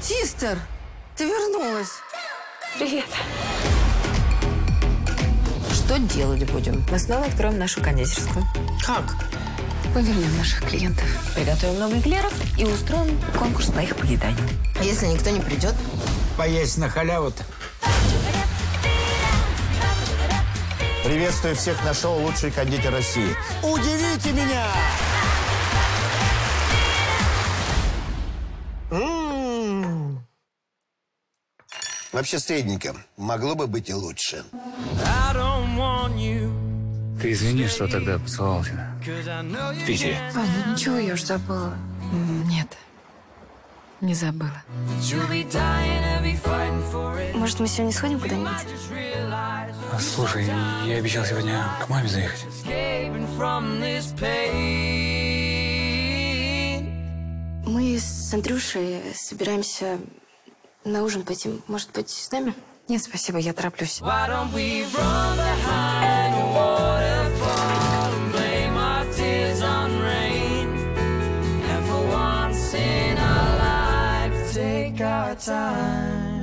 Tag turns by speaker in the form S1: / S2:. S1: Систер, ты вернулась.
S2: Привет.
S1: Что делать будем?
S2: Мы снова откроем нашу кондитерскую.
S1: Как?
S2: Мы вернем наших клиентов, приготовим новых эклеров и устроим конкурс по их поеданию.
S1: Если никто не придет,
S3: Поесть на халяву-то.
S4: Приветствую всех на шоу «Лучший кондитер России».
S3: Удивите меня!
S5: Вообще средненько. Могло бы быть и лучше.
S6: Ты извини, что тогда поцеловал тебя.
S3: В Питере.
S2: Чего ну я уж забыла? Нет, не забыла. Может, мы сегодня сходим куда-нибудь?
S6: Слушай, я обещал сегодня к маме заехать.
S7: Мы с Андрюшей собираемся на ужин пойти. Может быть, с нами?
S2: Нет, спасибо, я тороплюсь.
S8: Take our time.